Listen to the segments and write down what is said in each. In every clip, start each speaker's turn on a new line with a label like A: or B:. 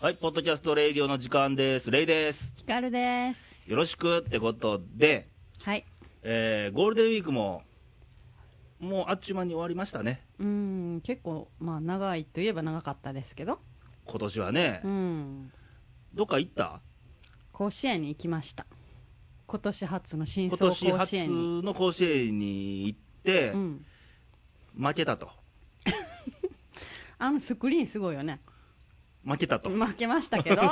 A: はい、ポッドキャストレイディオの時間です。レイです。
B: ヒカルです。
A: よろしくってことで、
B: はい。
A: えーゴールデンウィークも、もうあっちゅう間に終わりましたね。
B: うん、結構、まあ、長いといえば長かったですけど。
A: 今年はね
B: う。ん。
A: どっか行った
B: 甲子園に行きました。今年初の新
A: 今
B: 装甲
A: 年
B: 子
A: 初
B: 園に。
A: の甲子園に行って
B: う、ん。
A: 負けたと。
B: あのスクリーンすごいよね。
A: 負けたと。
B: 負けまし たけど。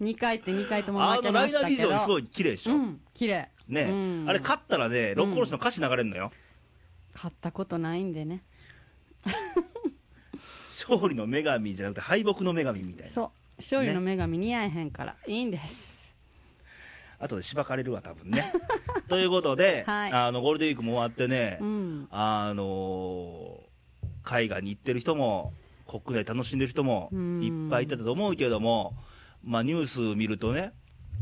B: 2回って2回とも
A: あ
B: 負け
A: の
B: ま
A: ライ
B: し
A: ナー
B: た
A: 劇
B: けど。
A: 場にすごい綺麗でしょ。
B: うん、綺麗。
A: ね、
B: うん
A: あれ勝ったらね、六甲おろしの歌詞流れるのよ。
B: 買ったことないんでね。
A: 勝利の女神じゃなくて敗北の女神みたいな。
B: そう。勝利の女神似合えへんから、いいんです。
A: あとでしばかれるわ、多分 ね。ということで、
B: はい
A: あのゴールデンウィークも終わってね、
B: うん。
A: あのー海外に行ってる人も、国内楽しんでる人も
B: うん
A: いっぱいいたと思うけども、まあ、ニュース見るとね、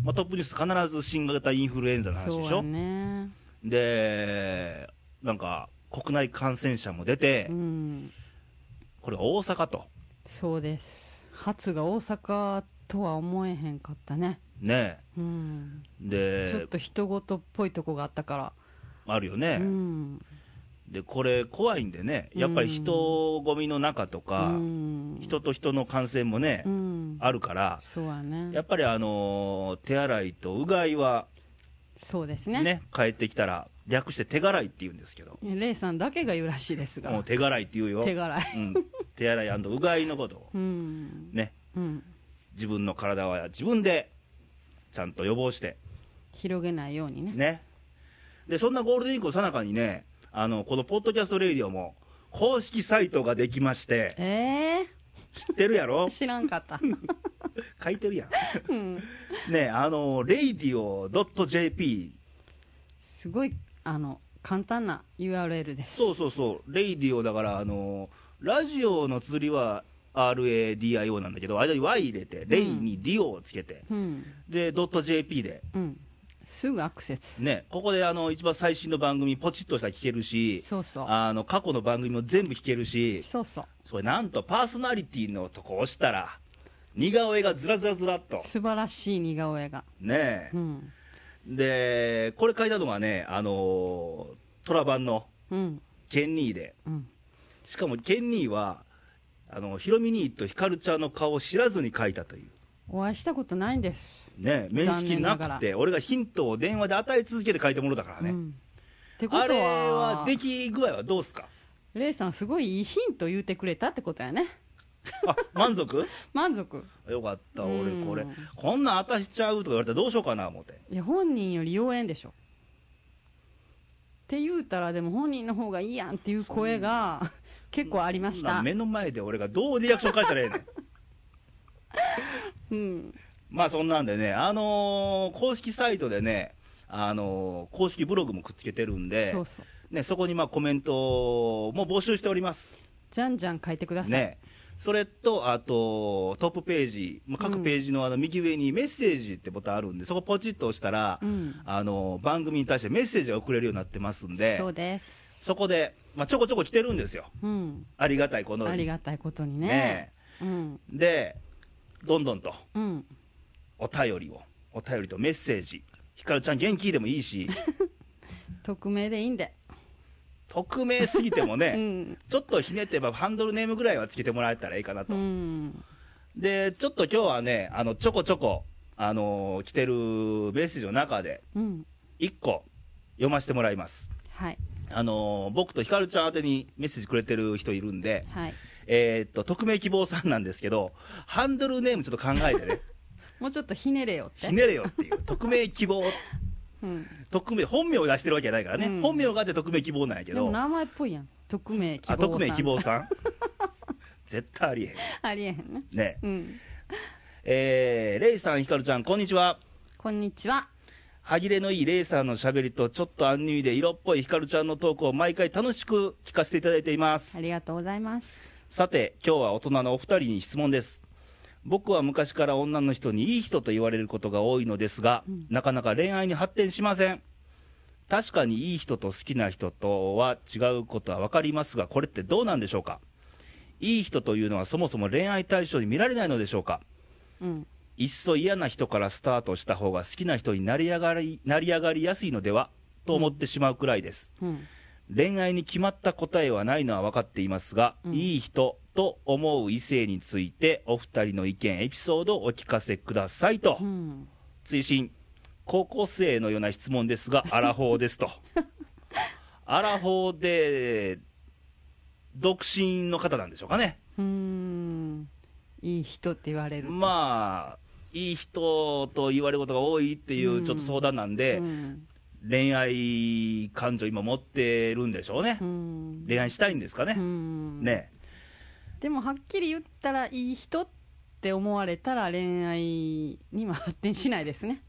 A: まあ、トップニュース、必ず新型インフルエンザの話
B: そ
A: で
B: う
A: しょ、
B: やね。
A: で、なんか国内感染者も出て
B: う、ん。
A: これ、大阪と、
B: そうです初が大阪とは思えへんかったね
A: ね、
B: うん、ちょっ
A: で、
B: と人事っぽいとこがあったから、
A: あるよね、
B: うん
A: で、これ、怖いんでね、やっぱり人混みの中とか、
B: うん
A: 人と人の感染もね、
B: うん
A: あるから、
B: そうやね
A: やっぱり、あのー手洗いとうがいは、
B: そうですね
A: ね帰ってきたら略して手洗いって言うんですけど
B: レイさんだけが言うらしいです
A: も
B: が
A: う手洗いって言うよ
B: 手柄い
A: うん、手洗いうがいのことを
B: うん、
A: ね
B: うん、
A: 自分の体は自分でちゃんと予防して
B: 広げないようにね
A: ねでそんなゴールデンウィークのさなかにねあのこのポッドキャストレイディオも公式サイトができまして
B: え
A: 知ってるやろ
B: ー、知らんかった、
A: 書いてるや
B: うん、
A: んねあの radio.jp
B: すごいあの簡単な URL です
A: そうそうそうレイディオだからあのラジオの綴りは RADIO なんだけど間に Y 入れてレイにディオをつけて、
B: うん
A: で、ドット .jp で、
B: うんすぐアクセス、
A: ね、ここであの一番最新の番組、ポチッとしたら聞けるし、
B: そうそう
A: あの過去の番組も全部聞けるし、
B: そうそう
A: それなんとパーソナリティのとこ押したら、似顔絵がずらずらずらっと、
B: 素晴らしい似顔絵が
A: ね
B: う、ん
A: で、これ書いたのがね、あのートラ版の
B: うん
A: ケンニーで、
B: うん
A: しかもケンニーは、あのヒロミニーとヒカルちゃんの顔を知らずに書いたという。
B: お会いしたことないんです、
A: ね、面識な
B: 残念な
A: く
B: が
A: て、俺がヒントを電話で与え続けて書いてもろたからね、
B: うんってことは
A: あれは出来具合はどうすか
B: レイさんすごいいいヒント言うてくれたってことやね
A: あ満足
B: 満足
A: よかった
B: う
A: 俺
B: ん
A: これこんなんあたしちゃうとか言われたらどうしようかな思って
B: いや本人より妖艶でしょって言うたらでも本人の方がいいやんっていう声が結構ありまし
A: そんな
B: た
A: 目の前で俺がどうリアクション返したらええね ん
B: うん
A: まあそんなんでねあのー公式サイトでねあのー公式ブログもくっつけてるんで
B: そうそう
A: ね、そこにまあコメントも募集しております
B: じゃんじゃん書いてください、
A: ねそれとあとトップページ、まあ、各ページのあの右上にメッセージってボタンあるんでそこポチッと押したら、
B: うん
A: あのー番組に対してメッセージが送れるようになってますんで
B: そうです
A: そこで、まあ、ちょこちょこ来てるんですよ、
B: うん
A: ありがたいことに。
B: ありがたいことにね
A: ね
B: うん
A: えで、どんどんと
B: うん
A: お便りを、お便りとメッセージ、ひかるちゃん、元気でもいい し、
B: 匿名でいいんで、
A: 匿名すぎてもね、
B: うん
A: ちょっとひねってば、ハンドルネームぐらいはつけてもらえたらいいかなと。
B: うん
A: で、ちょっと今日はね、あのちょこちょこ、あのー来てるメッセージの中で、
B: うん
A: 1個読ませてもらいます。
B: はい
A: あのー僕とひかるちゃん宛てにメッセージくれてる人いるんで、
B: はい
A: えーっと、匿名希望さんなんですけど、ハンドルネームちょっと考えて ね。
B: もうちょっとひねれよって
A: ひねれよっていう、匿名希望、
B: うん、
A: 匿名、本名を出してるわけじゃないからね、
B: うん
A: 本名があって匿名希望なんやけ
B: でも
A: ど、
B: 名前っぽいやん匿名希望さ
A: あ
B: ん
A: 匿名希望さん、絶対ありえ
B: ありえへんね
A: へん、ね
B: うん
A: えー、レイさん、ひかるちゃん、こんにちは、
B: こんにちは
A: 歯切れのいいレイさんのしゃべりと、ちょっとアンニュイで色っぽいひかるちゃんのトークを毎回楽しく聞かせていただいています。
B: ありがとうございます
A: さて、今日は大人のお二人に質問です。僕は昔から女の人にいい人と言われることが多いのですが、
B: うん
A: なかなか恋愛に発展しません。確かにいい人と好きな人とは違うことは分かりますが、これってどうなんでしょうかいい人というのはそもそも恋愛対象に見られないのでしょうか
B: うん
A: いっそ嫌な人からスタートした方が好きな人になり上がりなり上がりやすいのではと思ってしまうくらいです、
B: うん
A: 恋愛に決まった答えはないのは分かっていますが、
B: うん
A: いい人と思う異性についてお二人の意見エピソードをお聞かせくださいと、
B: うん
A: 追伸高校生のような質問ですがアラフォーです とアラフォーで独身の方なんでしょうかね
B: うーんいい人って言われると
A: まあいい人と言われることが多いっていう
B: うん
A: ちょっと相談なんで、
B: うん
A: 恋愛感情今持ってるんでしょうね、
B: うん
A: 恋愛したいんですか
B: う
A: ね、
B: ん
A: ね
B: でもはっきり言ったらいい人って思われたら恋愛には発展しないですね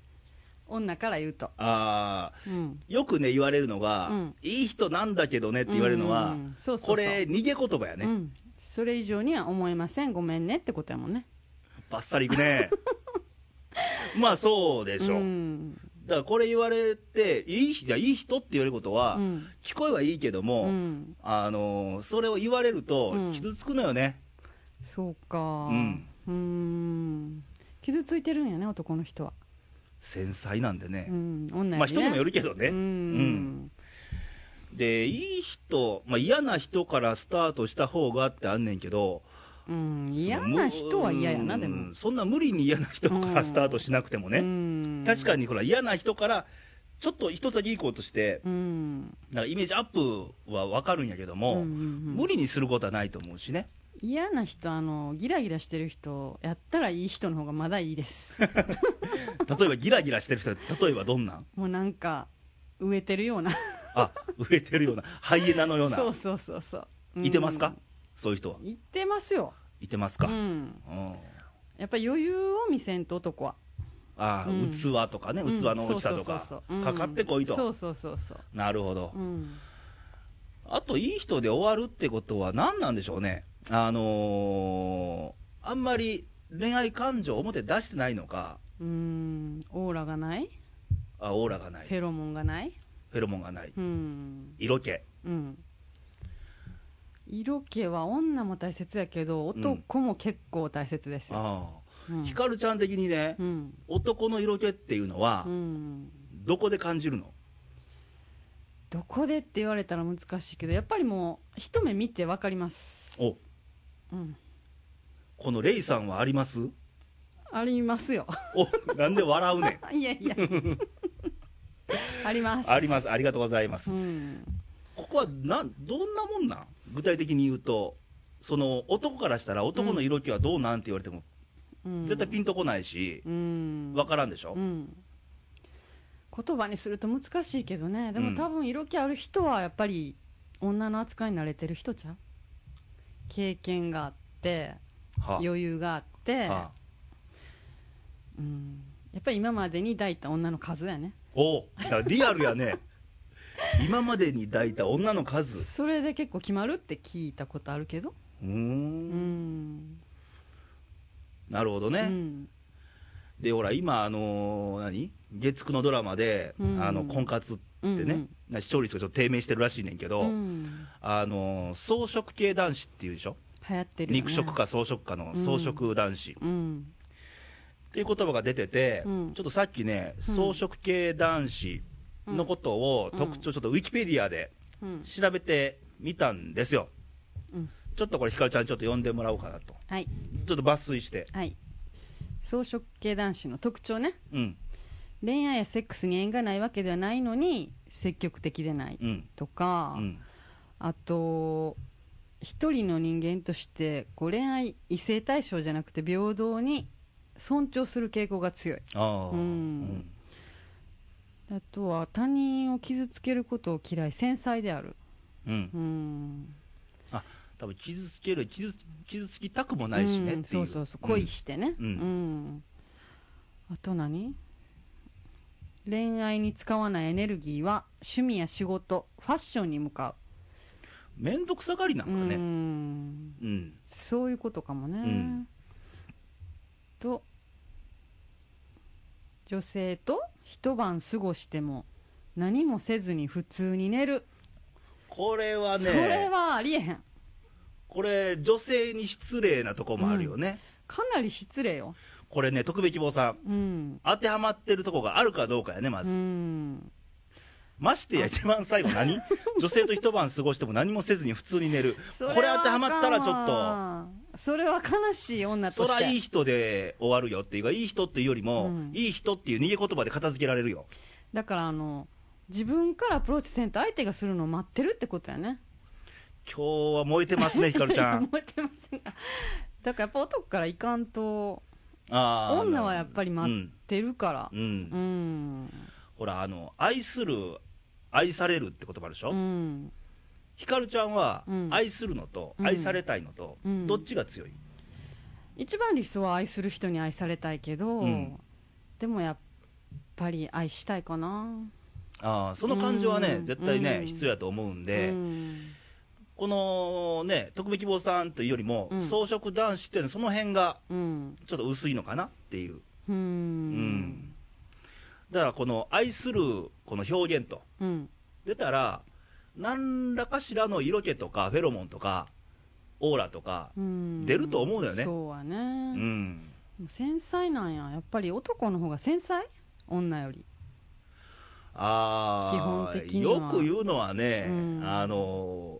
B: 女から言うと、
A: ああ
B: うん、
A: よくね言われるのが、
B: うん
A: いい人なんだけどねって言われるのは、
B: うんそうそ
A: こ
B: うそう
A: れ逃げ言葉やね、
B: うん、それ以上には思えませんごめんねってことやもんね
A: バッサリいく ねまあそうでしょ、
B: うん
A: だからこれ言われていい人いい人って言われることは、
B: うん
A: 聞こえはいいけども、
B: うん
A: あのーそれを言われると
B: うん
A: 傷つくのよね、
B: そうか
A: うん
B: うーん傷ついてるんやね男の人は、
A: 繊細なんでね
B: う、ん、女やね
A: まあ人にもよるけどね、
B: うん、
A: でいい人、まあ、嫌な人からスタートした方がってあんねんけど
B: うん嫌な人は嫌やな
A: うん
B: でも
A: そんな無理に嫌な人からスタートしなくてもね、
B: うん
A: 確か
B: に
A: にほら嫌な人からちょっと一つだけいいことして
B: うん
A: なんかイメージアップは分かるんやけども、
B: うんうんうん
A: 無理にすることはないと思うしね
B: 嫌な人あのギラギラしてる人やったらいい人の方がまだいいで す
A: 例えばギラギラしてる人例えばどんなん
B: もうなんか植えてるような
A: あ植えてるようなハイエナのような
B: そうそうそうそう、うん
A: いてますかそういう人はい
B: てますよ
A: いてますか、
B: う
A: うん
B: んやっぱ余裕を見せんと男は
A: ああ、
B: うん
A: 器とかね器の大きさとかかかってこいと、
B: そうそうそうそう
A: なるほど、
B: うん
A: あといい人で終わるってことは何なんでしょうねあのーあんまり恋愛感情を表に出してないのか
B: うんオーラがない
A: あオーラがない
B: フェロモンがない
A: フェロモンがない
B: うん
A: 色気
B: うん色気は女も大切やけど男も結構大切ですよ、
A: あ
B: うん
A: あひかるちゃん的にね、
B: うん
A: 男の色気っていうのは、
B: うん
A: どこで感じるの
B: どこでって言われたら難しいけどやっぱりもう一目見て分かります、
A: お
B: うん、
A: このレイさんはあります
B: ありま すよ
A: おなんで笑うねん
B: いや いや あります
A: ありますありがとうございます、
B: うん、
A: ここはなんどんなもんなん具体的に言うとその男からしたら男の色気はどうなんて言われても、
B: うん、
A: 絶対ピンとこないし、
B: うん
A: わからんでしょ、
B: うん言葉にすると難しいけどねで
A: う
B: も
A: ん
B: 多分色気ある人はやっぱり女の扱いに慣れてる人ちゃう経験があって
A: は
B: 余裕があって、
A: は
B: うん、やっぱり今までに抱いた女の数やね
A: おうだからリアルやね 今までに抱いた女の数
B: それで結構決まるって聞いたことあるけど
A: うー
B: うんん
A: なるほどね、
B: うん
A: でほら今あのー何月9のドラマで、
B: うん
A: あの婚活ってね、
B: うん
A: な視聴率がちょっと低迷してるらしいねんけど、
B: うん
A: あのー草食系男子っていうでしょ、
B: 流行ってるよ、ね、
A: 肉食か草食かの草食男子、
B: うん
A: っていう言葉が出てて、
B: うん
A: ちょっとさっきね
B: うん
A: 草食系男子のことを
B: うん
A: 特徴、ちょっとウィキペディアで
B: うん
A: 調べてみたんですよ、
B: うん
A: ちょっとこれひかるちゃんにちょっと呼んでもらおうかなと
B: はい
A: ちょっと抜粋して
B: はい草食系男子の特徴ね
A: うん
B: 恋愛やセックスに縁がないわけではないのに積極的でない
A: うん
B: と
A: う
B: か、
A: ん
B: あと一人の人間としてこう恋愛異性対象じゃなくて平等に尊重する傾向が強い
A: ああ
B: うんあとは他人を傷つけることを嫌い繊細である
A: うんうん
B: うん
A: 多分傷つける傷つ傷つきたくもないしね
B: う
A: っ
B: ん
A: ていう、
B: そうそうそう恋してね
A: うん
B: うんあと何恋愛に使わないエネルギーは趣味や仕事ファッションに向か
A: うん面倒くさがりなん
B: う
A: か
B: う
A: ね
B: ん
A: うん、
B: そういうことかもね、
A: ん
B: と女性と一晩過ごしても何もせずに普通に寝る、
A: これはね
B: それはありえへん
A: これ女性に失礼なとこもあるよね、
B: かなり失礼よ、
A: これね、特別希望さん、
B: うん
A: 当てはまってるとこがあるかどうかやね、ま
B: う
A: ず。
B: ん
A: ましてや、一番最後 何、女性と一晩過ごしても何もせずに普通に寝る、
B: そ
A: これ
B: は
A: 当てはまったらちょっと。
B: とそれは悲しい女
A: そ
B: とし
A: ら
B: て
A: いい人で終わるよっていうか、いい人っていうよりも、
B: うん
A: いい人っていう逃げ言葉で片付けられるよ。
B: だからあの自分からアプローチせんと相手がするのを待ってるってことやね
A: 今日は燃えて ますね、ひかるちゃん。
B: 思ってませんがだからやっぱ男からいかんと
A: あー
B: 女はやっぱり
A: う
B: 待
A: ん
B: ってるから
A: うん
B: うん
A: ほら、あの、愛する、愛されるって言葉あるでしょ、
B: うん
A: ひかるちゃんは、
B: うん
A: 愛するのと、
B: うん
A: 愛されたいのと、
B: うん
A: どっちが強い、
B: 一番理想は愛する人に愛されたいけど、
A: うん
B: でもやっぱり愛したいかな
A: あーその感情はね、
B: うん
A: 絶対ね、
B: うん
A: 必要やと思うんで、
B: うん
A: このね、特別希望さんというよりも、
B: うん
A: 草食男子っていうのはその辺が
B: うん
A: ちょっと薄いのかなっていう。
B: うん
A: んだからこの愛するこの表現と
B: うん
A: 出たら何らかしらの色気とかフェロモンとかオーラとか
B: うん
A: 出ると思うのよね
B: そうはね、
A: うん、
B: もう繊細なんややっぱり男の方が繊細女より
A: あ
B: 基本的
A: あ
B: には
A: よく言うのはね、
B: うん
A: あの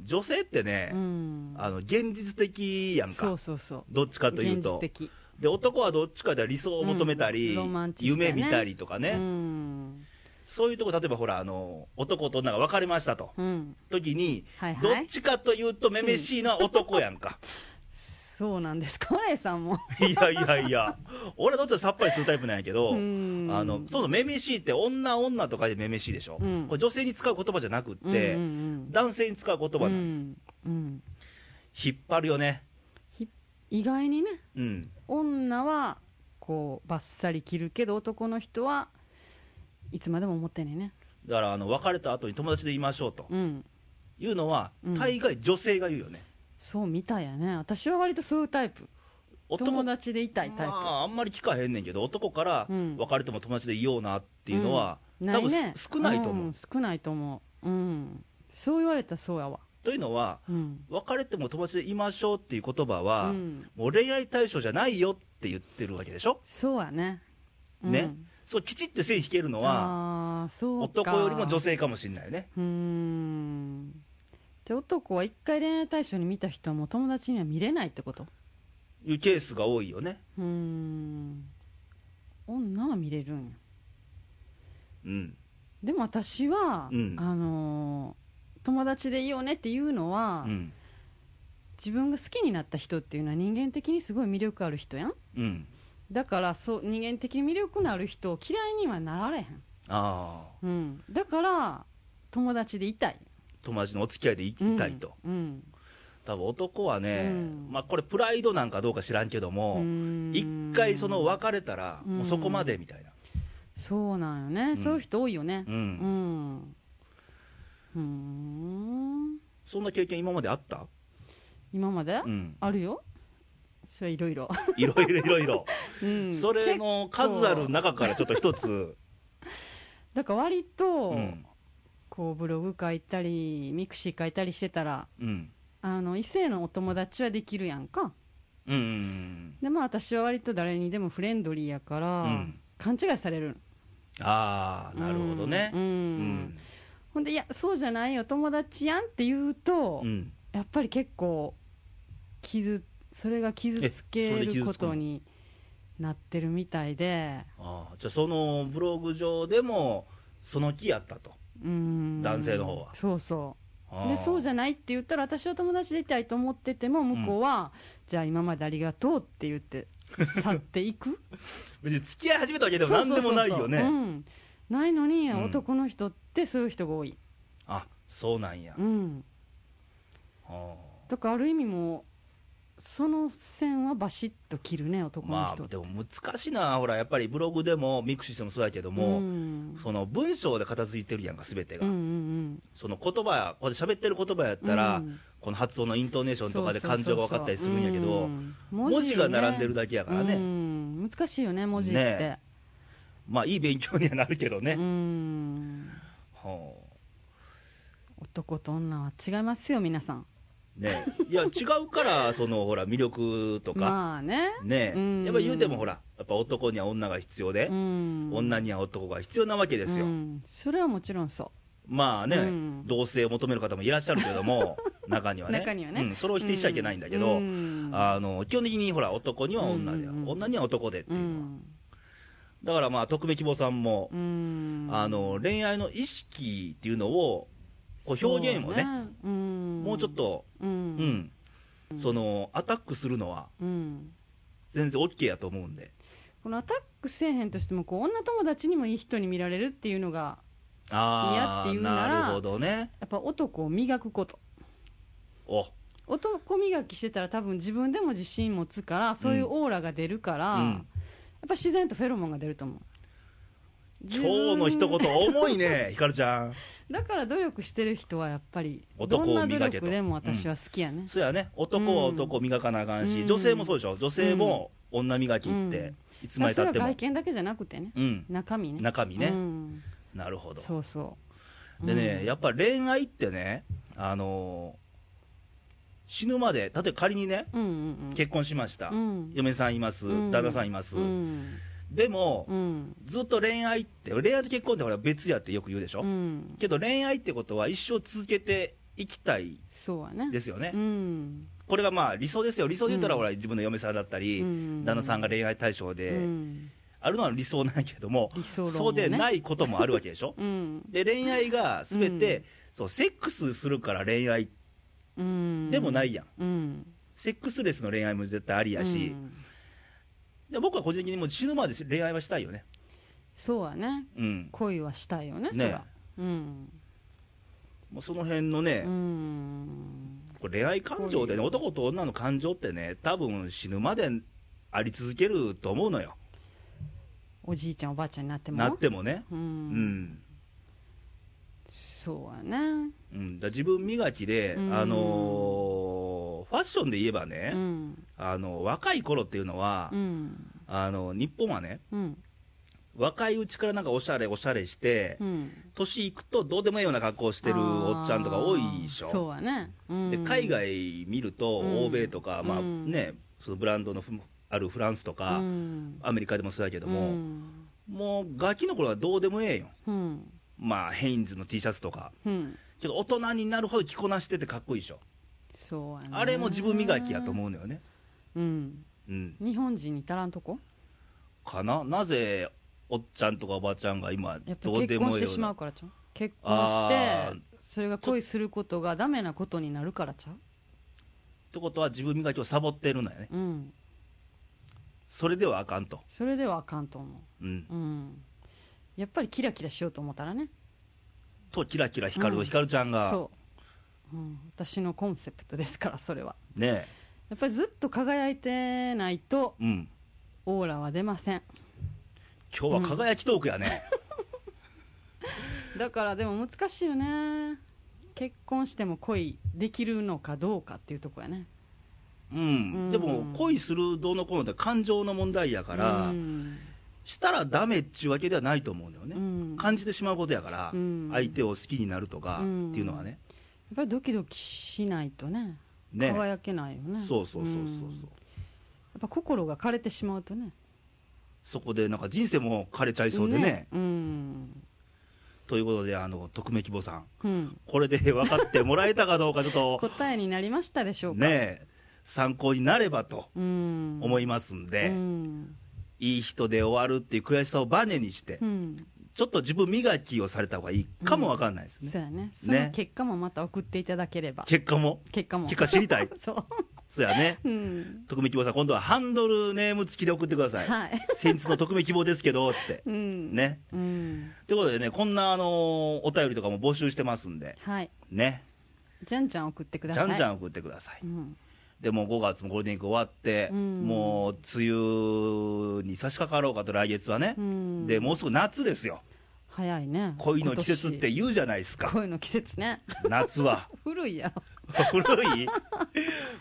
A: 女性ってね、
B: うん
A: あの現実的やん
B: そ
A: か
B: うそうそう
A: どっちかという
B: 現実
A: と
B: 的
A: で男はどっちかで理想を求めたり、
B: うんロマンチストや
A: 夢
B: ね
A: 見たりとかね、
B: うん
A: そういうとこ例えばほらあの男と女が別れましたと
B: うん
A: 時に、
B: はいはい
A: どっちかというとめめしいのは男やん か、
B: そうなんですかレイさんも
A: いやいやいや、俺はどっちかさっぱりするタイプなんやけど、
B: うん
A: あのそうそう、めめしいって、女、女とかでめめしいでしょ、
B: うん
A: これ、女性に使う言葉じゃなくって、
B: うんうん
A: 男性に使う言葉
B: う
A: なの、
B: んうん
A: 引っ張るよね、
B: ひ意外にね
A: うん、
B: 女はこうバッサリ切るけど男の人はいつまでも思ってんねんね
A: だからあの別れた後に友達でいましょうと
B: うん
A: いうのは、
B: うん
A: 大概、女性が言うよね、
B: そうみたいやね私は割とそういうタイプ友達でいたいタイプ、
A: まあ、あんまり聞かへんねんけど、男から
B: うん
A: 別れても友達でいようなっていうのは、
B: な
A: 多
B: い
A: 分す
B: ね
A: 少ないと思う。
B: ん少ないと思ううんそう言われたらそうやわ
A: というのは、
B: うん
A: 別れても友達でいましょうっていう言葉は、
B: うん
A: もう恋愛対象じゃないよって言ってるわけでしょ、
B: そうやねうん
A: ねそうきちって線引けるのは、
B: ああそうか
A: 男よりも女性かもしれないよね、
B: うーんで男は一回恋愛対象に見た人はもう友達には見れないってこと
A: いうケースが多いよね、
B: うーん女は見れるんや
A: うん、
B: でも私は、
A: うん
B: あのー友達でいいよねっていうの
A: う
B: は、
A: ん、
B: 自分が好きになった人っていうのは人間的にすごい魅力ある人やん
A: うん、
B: だからそう人間的に魅力のある人を嫌いにはなられへん、
A: ああ、
B: うん、だから友達でいたい
A: 友達のお付き合いでい
B: うん
A: たいと、
B: うん
A: 多分男はね、
B: うん
A: まあ、これ、プライドなんかどうか知らんけど
B: う
A: も、
B: ーん
A: 一回、その別れたら、
B: うん
A: もうそこまでみたいな、
B: そうなんよね、
A: ん
B: そういう人多いよね
A: うん
B: うんうーん
A: そんな経験、今まであった、
B: 今まで、
A: うん、
B: あるよそれはいろいろ、
A: いろいろいろいろ、
B: うん
A: それの数ある
B: 結構
A: 中からちょっと一 つ、
B: だから割と、
A: うん、
B: こうブログ書いたりミクシー書いたりしてたら
A: うん、
B: あの異性のお友達はできるやんか
A: うん、うん、
B: でまあ私は割と誰にでもフレンドリーやから、
A: うん
B: 勘違いされる
A: ああ、なるほどね。
B: うん、
A: う
B: ほんでいやそうじゃないよ友達やんって言うと、
A: うん
B: やっぱり結構傷それが傷つ
A: え
B: け
A: それで傷つ
B: る
A: くの
B: ことになってるみたいで
A: ああじゃあそのブログ上でもその気やったと
B: うん
A: 男性の方は
B: そうそ
A: ああ
B: うでそうじゃないって言ったら私は友達でいたいと思ってても向こうは、じゃあ今までありがとうって言って去ってい く
A: 別に付き合い始めたわけでも
B: そう
A: 何
B: そ
A: で
B: うそうそ
A: も
B: う
A: ないよ
B: う
A: ね
B: んないのに
A: うん
B: 男の人ってそういう人が多い、
A: あそうなんや
B: うん、
A: あ
B: だからある意味もうその線はバシッと切るね
A: あ
B: 男の
A: ま
B: 人
A: あ
B: っ
A: で
B: て、
A: も難しいなほらやっぱりブログでもミクシーでもそうやけど
B: う
A: も
B: ん
A: その文章で片付いてるやんか全てが
B: うんうん
A: その言葉やこれ喋ってる言葉やっ
B: うん
A: たら
B: うん
A: この発音のイントネーションとかで
B: そうそ
A: 感
B: うそう
A: 情が分かったりするんやけど
B: うん
A: 文字が
B: ね
A: 並んでるだけやから
B: う
A: ね
B: ん難しいよね文字って、
A: ねまあいい勉強にはなるけど
B: う
A: ね
B: ん
A: はあ
B: 男と女は違いますよ皆さん
A: ね、いや違う からそのほら魅力とか、
B: まあね
A: ね
B: うん
A: やっぱ言うてもほらやっぱ男には女が必要で
B: う、ん
A: 女には男が必要なわけですよ、
B: うんそれはもちろんそ
A: まあね、
B: うん
A: 同性を求める方もいらっしゃるけども 中にはね
B: 中にはね
A: うん、それを
B: う
A: 否定しちゃいけないんだけど、
B: うん
A: あの基本的にほら男には女で、
B: うんうんうん
A: 女には男でって
B: う
A: いうのは、
B: ん
A: だからまあ匿名希望さんも、
B: うん
A: あの恋愛の意識っていうのをこう表現をね
B: そううん
A: もうちょっと、
B: う
A: うんんそのアタックするのは
B: うん
A: 全然 OK やと思うんで
B: このアタックせえへんとしてもこう女友達にもいい人に見られるっていうのが
A: あ
B: いやって
A: あ
B: 言うなら
A: るほどね
B: やっぱ男を磨くこと
A: お
B: 男磨きしてたら多分自分でも自信持つからそういうオーラが出るから、
A: うんうん
B: やっぱ自然とフェロモンが出ると思う自分
A: 今日の一言重い ねひかるちゃん
B: だから努力してる人はやっぱり
A: 男を
B: どんな努
A: 磨けと
B: 力でも私は好きやね、
A: そうやね男は男を磨かなあかんし、
B: うん
A: 女性もそうでしょ女性も女磨きって、いつまでた
B: それ
A: っ
B: は
A: ても
B: 外見だけじゃなくてね
A: うん
B: 中身ね
A: 中身ね、
B: うん
A: なるほど
B: そうそう
A: でね、
B: うん
A: やっぱ恋愛ってね、あのー死ぬまで、例えば仮にね、
B: うんうんうん
A: 結婚しました、
B: うん
A: 嫁さんいます、
B: うん
A: 旦那さんいます、
B: うん
A: でも、
B: うん
A: ずっと恋愛って、恋愛と結婚ってほら別やってよく言うでしょ、
B: うん
A: けど恋愛ってことは一生続けていきたい
B: そうやね
A: ですよね、
B: うん
A: これがまあ理想ですよ、理想で言ったら、
B: うん
A: ほら自分の嫁さんだったり、
B: うん
A: 旦那さんが恋愛対象で、
B: うん
A: あるのは理想なんやけども、
B: 理想論をね
A: そうでないこともあるわけでしょ。
B: うん
A: で恋愛がすべて、
B: うん
A: そうセックスするから恋愛
B: うん
A: でもないやん、
B: うん
A: セックスレスの恋愛も絶対ありやし、
B: うん
A: で僕は個人的にもう死ぬまで恋愛はしたいよね、
B: そうやね
A: うん、
B: 恋はしたいよね
A: ね
B: そらうん
A: もうその辺のね
B: う、ん
A: これ恋愛感情でね、
B: こういう
A: 男と女の感情ってね、多分死ぬまであり続けると思うのよ、
B: おじいちゃんおばあちゃんになっても
A: なってもね、
B: う
A: うんん、
B: そうやね
A: うん、だから自分磨きで、
B: うん
A: あのーファッションで言えばね、
B: うん
A: あの若い頃っていうのは、
B: うん
A: あの日本はね、
B: うん
A: 若いうちからなんかおしゃれおしゃれして、
B: うん
A: 年いくとどうでもいいような格好をしてるおっちゃんとか多いでし
B: あ
A: ょ
B: ーそうやねうん
A: で海外見ると、
B: うん
A: 欧米とか、まあ
B: うん
A: ね、そのブランドのふあるフランスとか、
B: うん
A: アメリカでもそうだけど
B: う
A: も、
B: ん
A: もうガキの頃はどうでもええよ、
B: うん
A: まあ、ヘインズの T シャツとか、
B: うん
A: けど大人になるほど着こなしててかっこいいでしょ、
B: そうやね
A: あれも自分磨きやと思うのよね、
B: うん
A: うん、
B: 日本人に足らんとこ
A: かな、なぜおっちゃんとかおばちゃんが今
B: やっ、ぱ
A: どうで
B: 結婚
A: もえ
B: し
A: え
B: て
A: よう
B: しま
A: な
B: うからちゃう結婚して
A: あー
B: それが恋することがダメなことになるからちゃう
A: ってことは、自分磨きをサボってるのよね、
B: うん
A: それではあかんと、
B: それではあかんと思
A: うん、
B: ううんやっぱりキラキラしようと思ったらね
A: と、キラキラ光
B: う
A: る、
B: ん
A: 光ちゃんが、
B: そう、うん、私のコンセプトですからそれは
A: ね
B: やっぱりずっと輝いてないと
A: え、うん、
B: オーラは出ません
A: 今日は輝きトークやね。
B: だからでも難しいよね結婚しても恋できるのかどうかっていうとこやね
A: うん
B: うん
A: でも恋するどうのこうのって感情の問題やから、
B: うん
A: したらダメっちゅうわけではないと思うのよね、
B: うんやっ
A: 感じてしまうことやから、
B: うん
A: 相手を好きになるとか
B: うん
A: っていうのはね、
B: ぱりドキドキしないとね
A: ね
B: 輝けないよね
A: そうそうそうそうそう、
B: んやっぱ心が枯れてしまうとね
A: そこでなんか人生も枯れちゃいそうでね
B: うん
A: ということであの匿名希望さん
B: うん
A: これで分かってもらえたかどうかちょっと
B: 答えになりましたでしょうか、
A: ね参考になればと
B: うん
A: 思
B: い
A: いますんで、
B: うん
A: いい人で終わるっていう悔しさをバネにして、
B: うん
A: ちょっと自分磨きをされた方がいいかも分かんないですね、
B: そうやねその結果もまた送っていただければ、
A: 結果も
B: 結果も
A: 結果知りたい
B: そ
A: そうやね
B: う、うん、
A: 匿名希望さん、今度はハンドルネーム付きで送ってください。
B: はい
A: 先日の匿名希望ですけどって。
B: うん
A: ね。
B: うん
A: ということでね、こんな、あのーお便りとかも募集してますんで、
B: はい
A: ね、
B: じゃんじゃん送ってくだ
A: じ
B: さ
A: ゃ
B: い
A: んじゃん送ってください。
B: うん
A: でもう5月もゴールデンウィーク終わって、
B: うん
A: もう梅雨に差し掛かろうかと、来月はね、
B: うん
A: でもうすぐ夏ですよ、
B: 早いね
A: 恋の季節って言うじゃないです
B: 今年
A: か、
B: 恋の季節ね
A: 夏は。
B: 古いやろ
A: 古い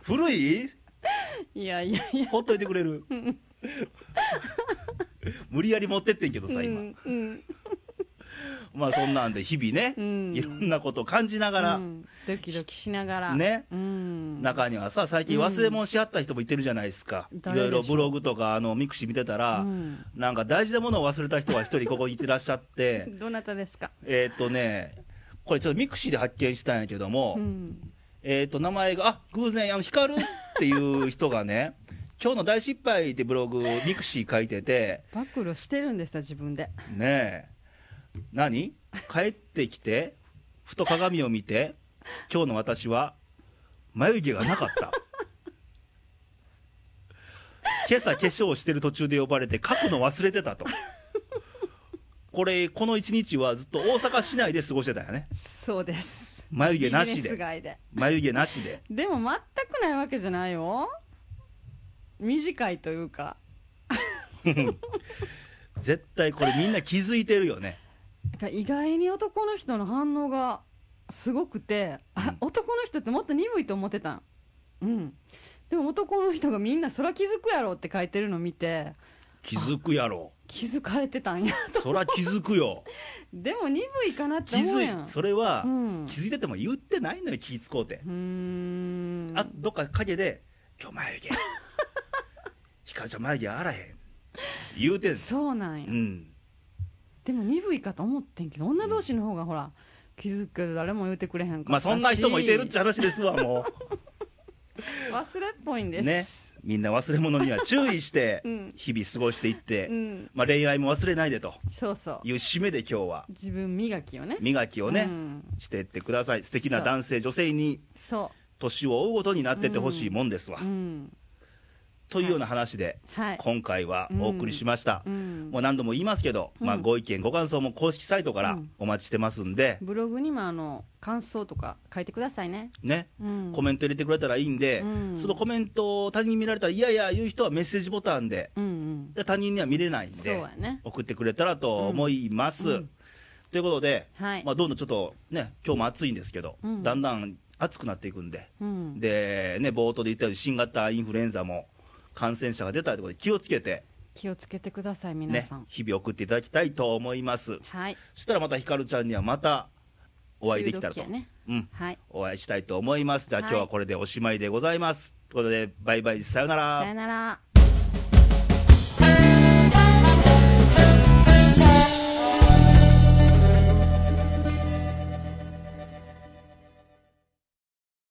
A: 古い
B: いやいやいや
A: ほっといてくれる無理やり持ってってんけどさ、今。
B: うんうん
A: まあそんなんで日々ね、
B: うん
A: いろんなことを感じながら、
B: うんドキドキしながら
A: ね
B: うん
A: 中にはさ最近忘れ物しはった人もいてるじゃないですか、い
B: 誰で
A: ろ
B: しょ
A: いろブ
B: う
A: ログとかあのミクシー見てたら、
B: うん
A: なんか大事なものを忘れた人が一人ここにいてらっしゃって
B: どなたですか
A: えーっとねこれちょっとミクシーで発見したんやけども、
B: うん
A: えーっと名前があ偶然あの光るっていう人がね 今日の大失敗ってブログミクシー書いてて
B: 暴露してるんですよ自分で
A: ねえ何帰ってきてふと鏡を見て今日の私は眉毛がなかった 今朝化粧をしてる途中で呼ばれて書くの忘れてたとこれこの一日はずっと大阪市内で過ごしてたよね
B: そうです
A: 眉毛なし
B: ビジネス
A: で
B: 街で
A: 眉毛なしで
B: でも全くないわけじゃないよ短いというか
A: 絶対これみんな気づいてるよね
B: なんか意外に男の人の反応がすごくて、あ男の人ってもっと鈍いと思ってたんうんでも男の人がみんな「そら気づくやろ」って書いてるの見て
A: 気づくやろ
B: 気づかれてたんや
A: そら気づくよ
B: でも鈍いかなって
A: 気
B: 思うや
A: づ
B: ん
A: いそれは
B: うん
A: 気づいてても言ってないのよ気ぃ使うて
B: うーん
A: あどっか影で「今日眉毛ひかるちゃん眉毛あらへん」言うてんす
B: そうなんや、
A: うん
B: でも鈍いかと思ってんけど女同士の方がほら気づくけど誰も言うてくれへんか
A: ま
B: ったし
A: あそんな人もいてるっちゃ話ですわも
B: 忘れっぽいん
A: う
B: です
A: ねみんな忘れ物には注意して
B: うん
A: 日々過ごしていって、
B: うん
A: まあ、恋愛も忘れないでと
B: そうそう
A: いう締めで今日は
B: 自分磨きをね
A: 磨きをね、
B: うん
A: していってください素敵な男性女性に
B: そ
A: 年を追うごとになってってほしいもんですわ、
B: ううん
A: というような話で
B: はい
A: 今回はお送りしました、
B: うん
A: もう何度も言いますけど、まあ、
B: うん
A: ご意見ご感想も公式サイトからお待ちしてますんで、
B: ブログにもあの感想とか書いてくださいね、
A: ね、
B: うん、
A: コメント入れてくれたらいいんで、
B: うん
A: そのコメントを他人に見られたら、いやいや言う人はメッセージボタンで、
B: うんうん
A: で他人には見れないん
B: そう
A: で
B: や、ね
A: 送ってくれたらと思います。
B: うん
A: ということで、
B: はい
A: まあ、どんどんちょっとね、今日も暑いんですけど、
B: うん
A: だんだん暑くなっていくんで、
B: うん
A: でね、冒頭で言ったように、新型インフルエンザも感染者が出たということで、気をつけて、
B: 気をつけてください皆
A: ね
B: さん、、
A: 日々送っていただきたいと思います。
B: はい
A: そしたらまたひかるちゃんにはまたお会いできたらと
B: 梅雨時やね
A: うん、
B: はい
A: お会いしたいと思います。じゃあ
B: は
A: 今
B: い
A: 日はこれでおしまいでございます。ということで、バイバイ、さよなら
B: さよなら
C: 「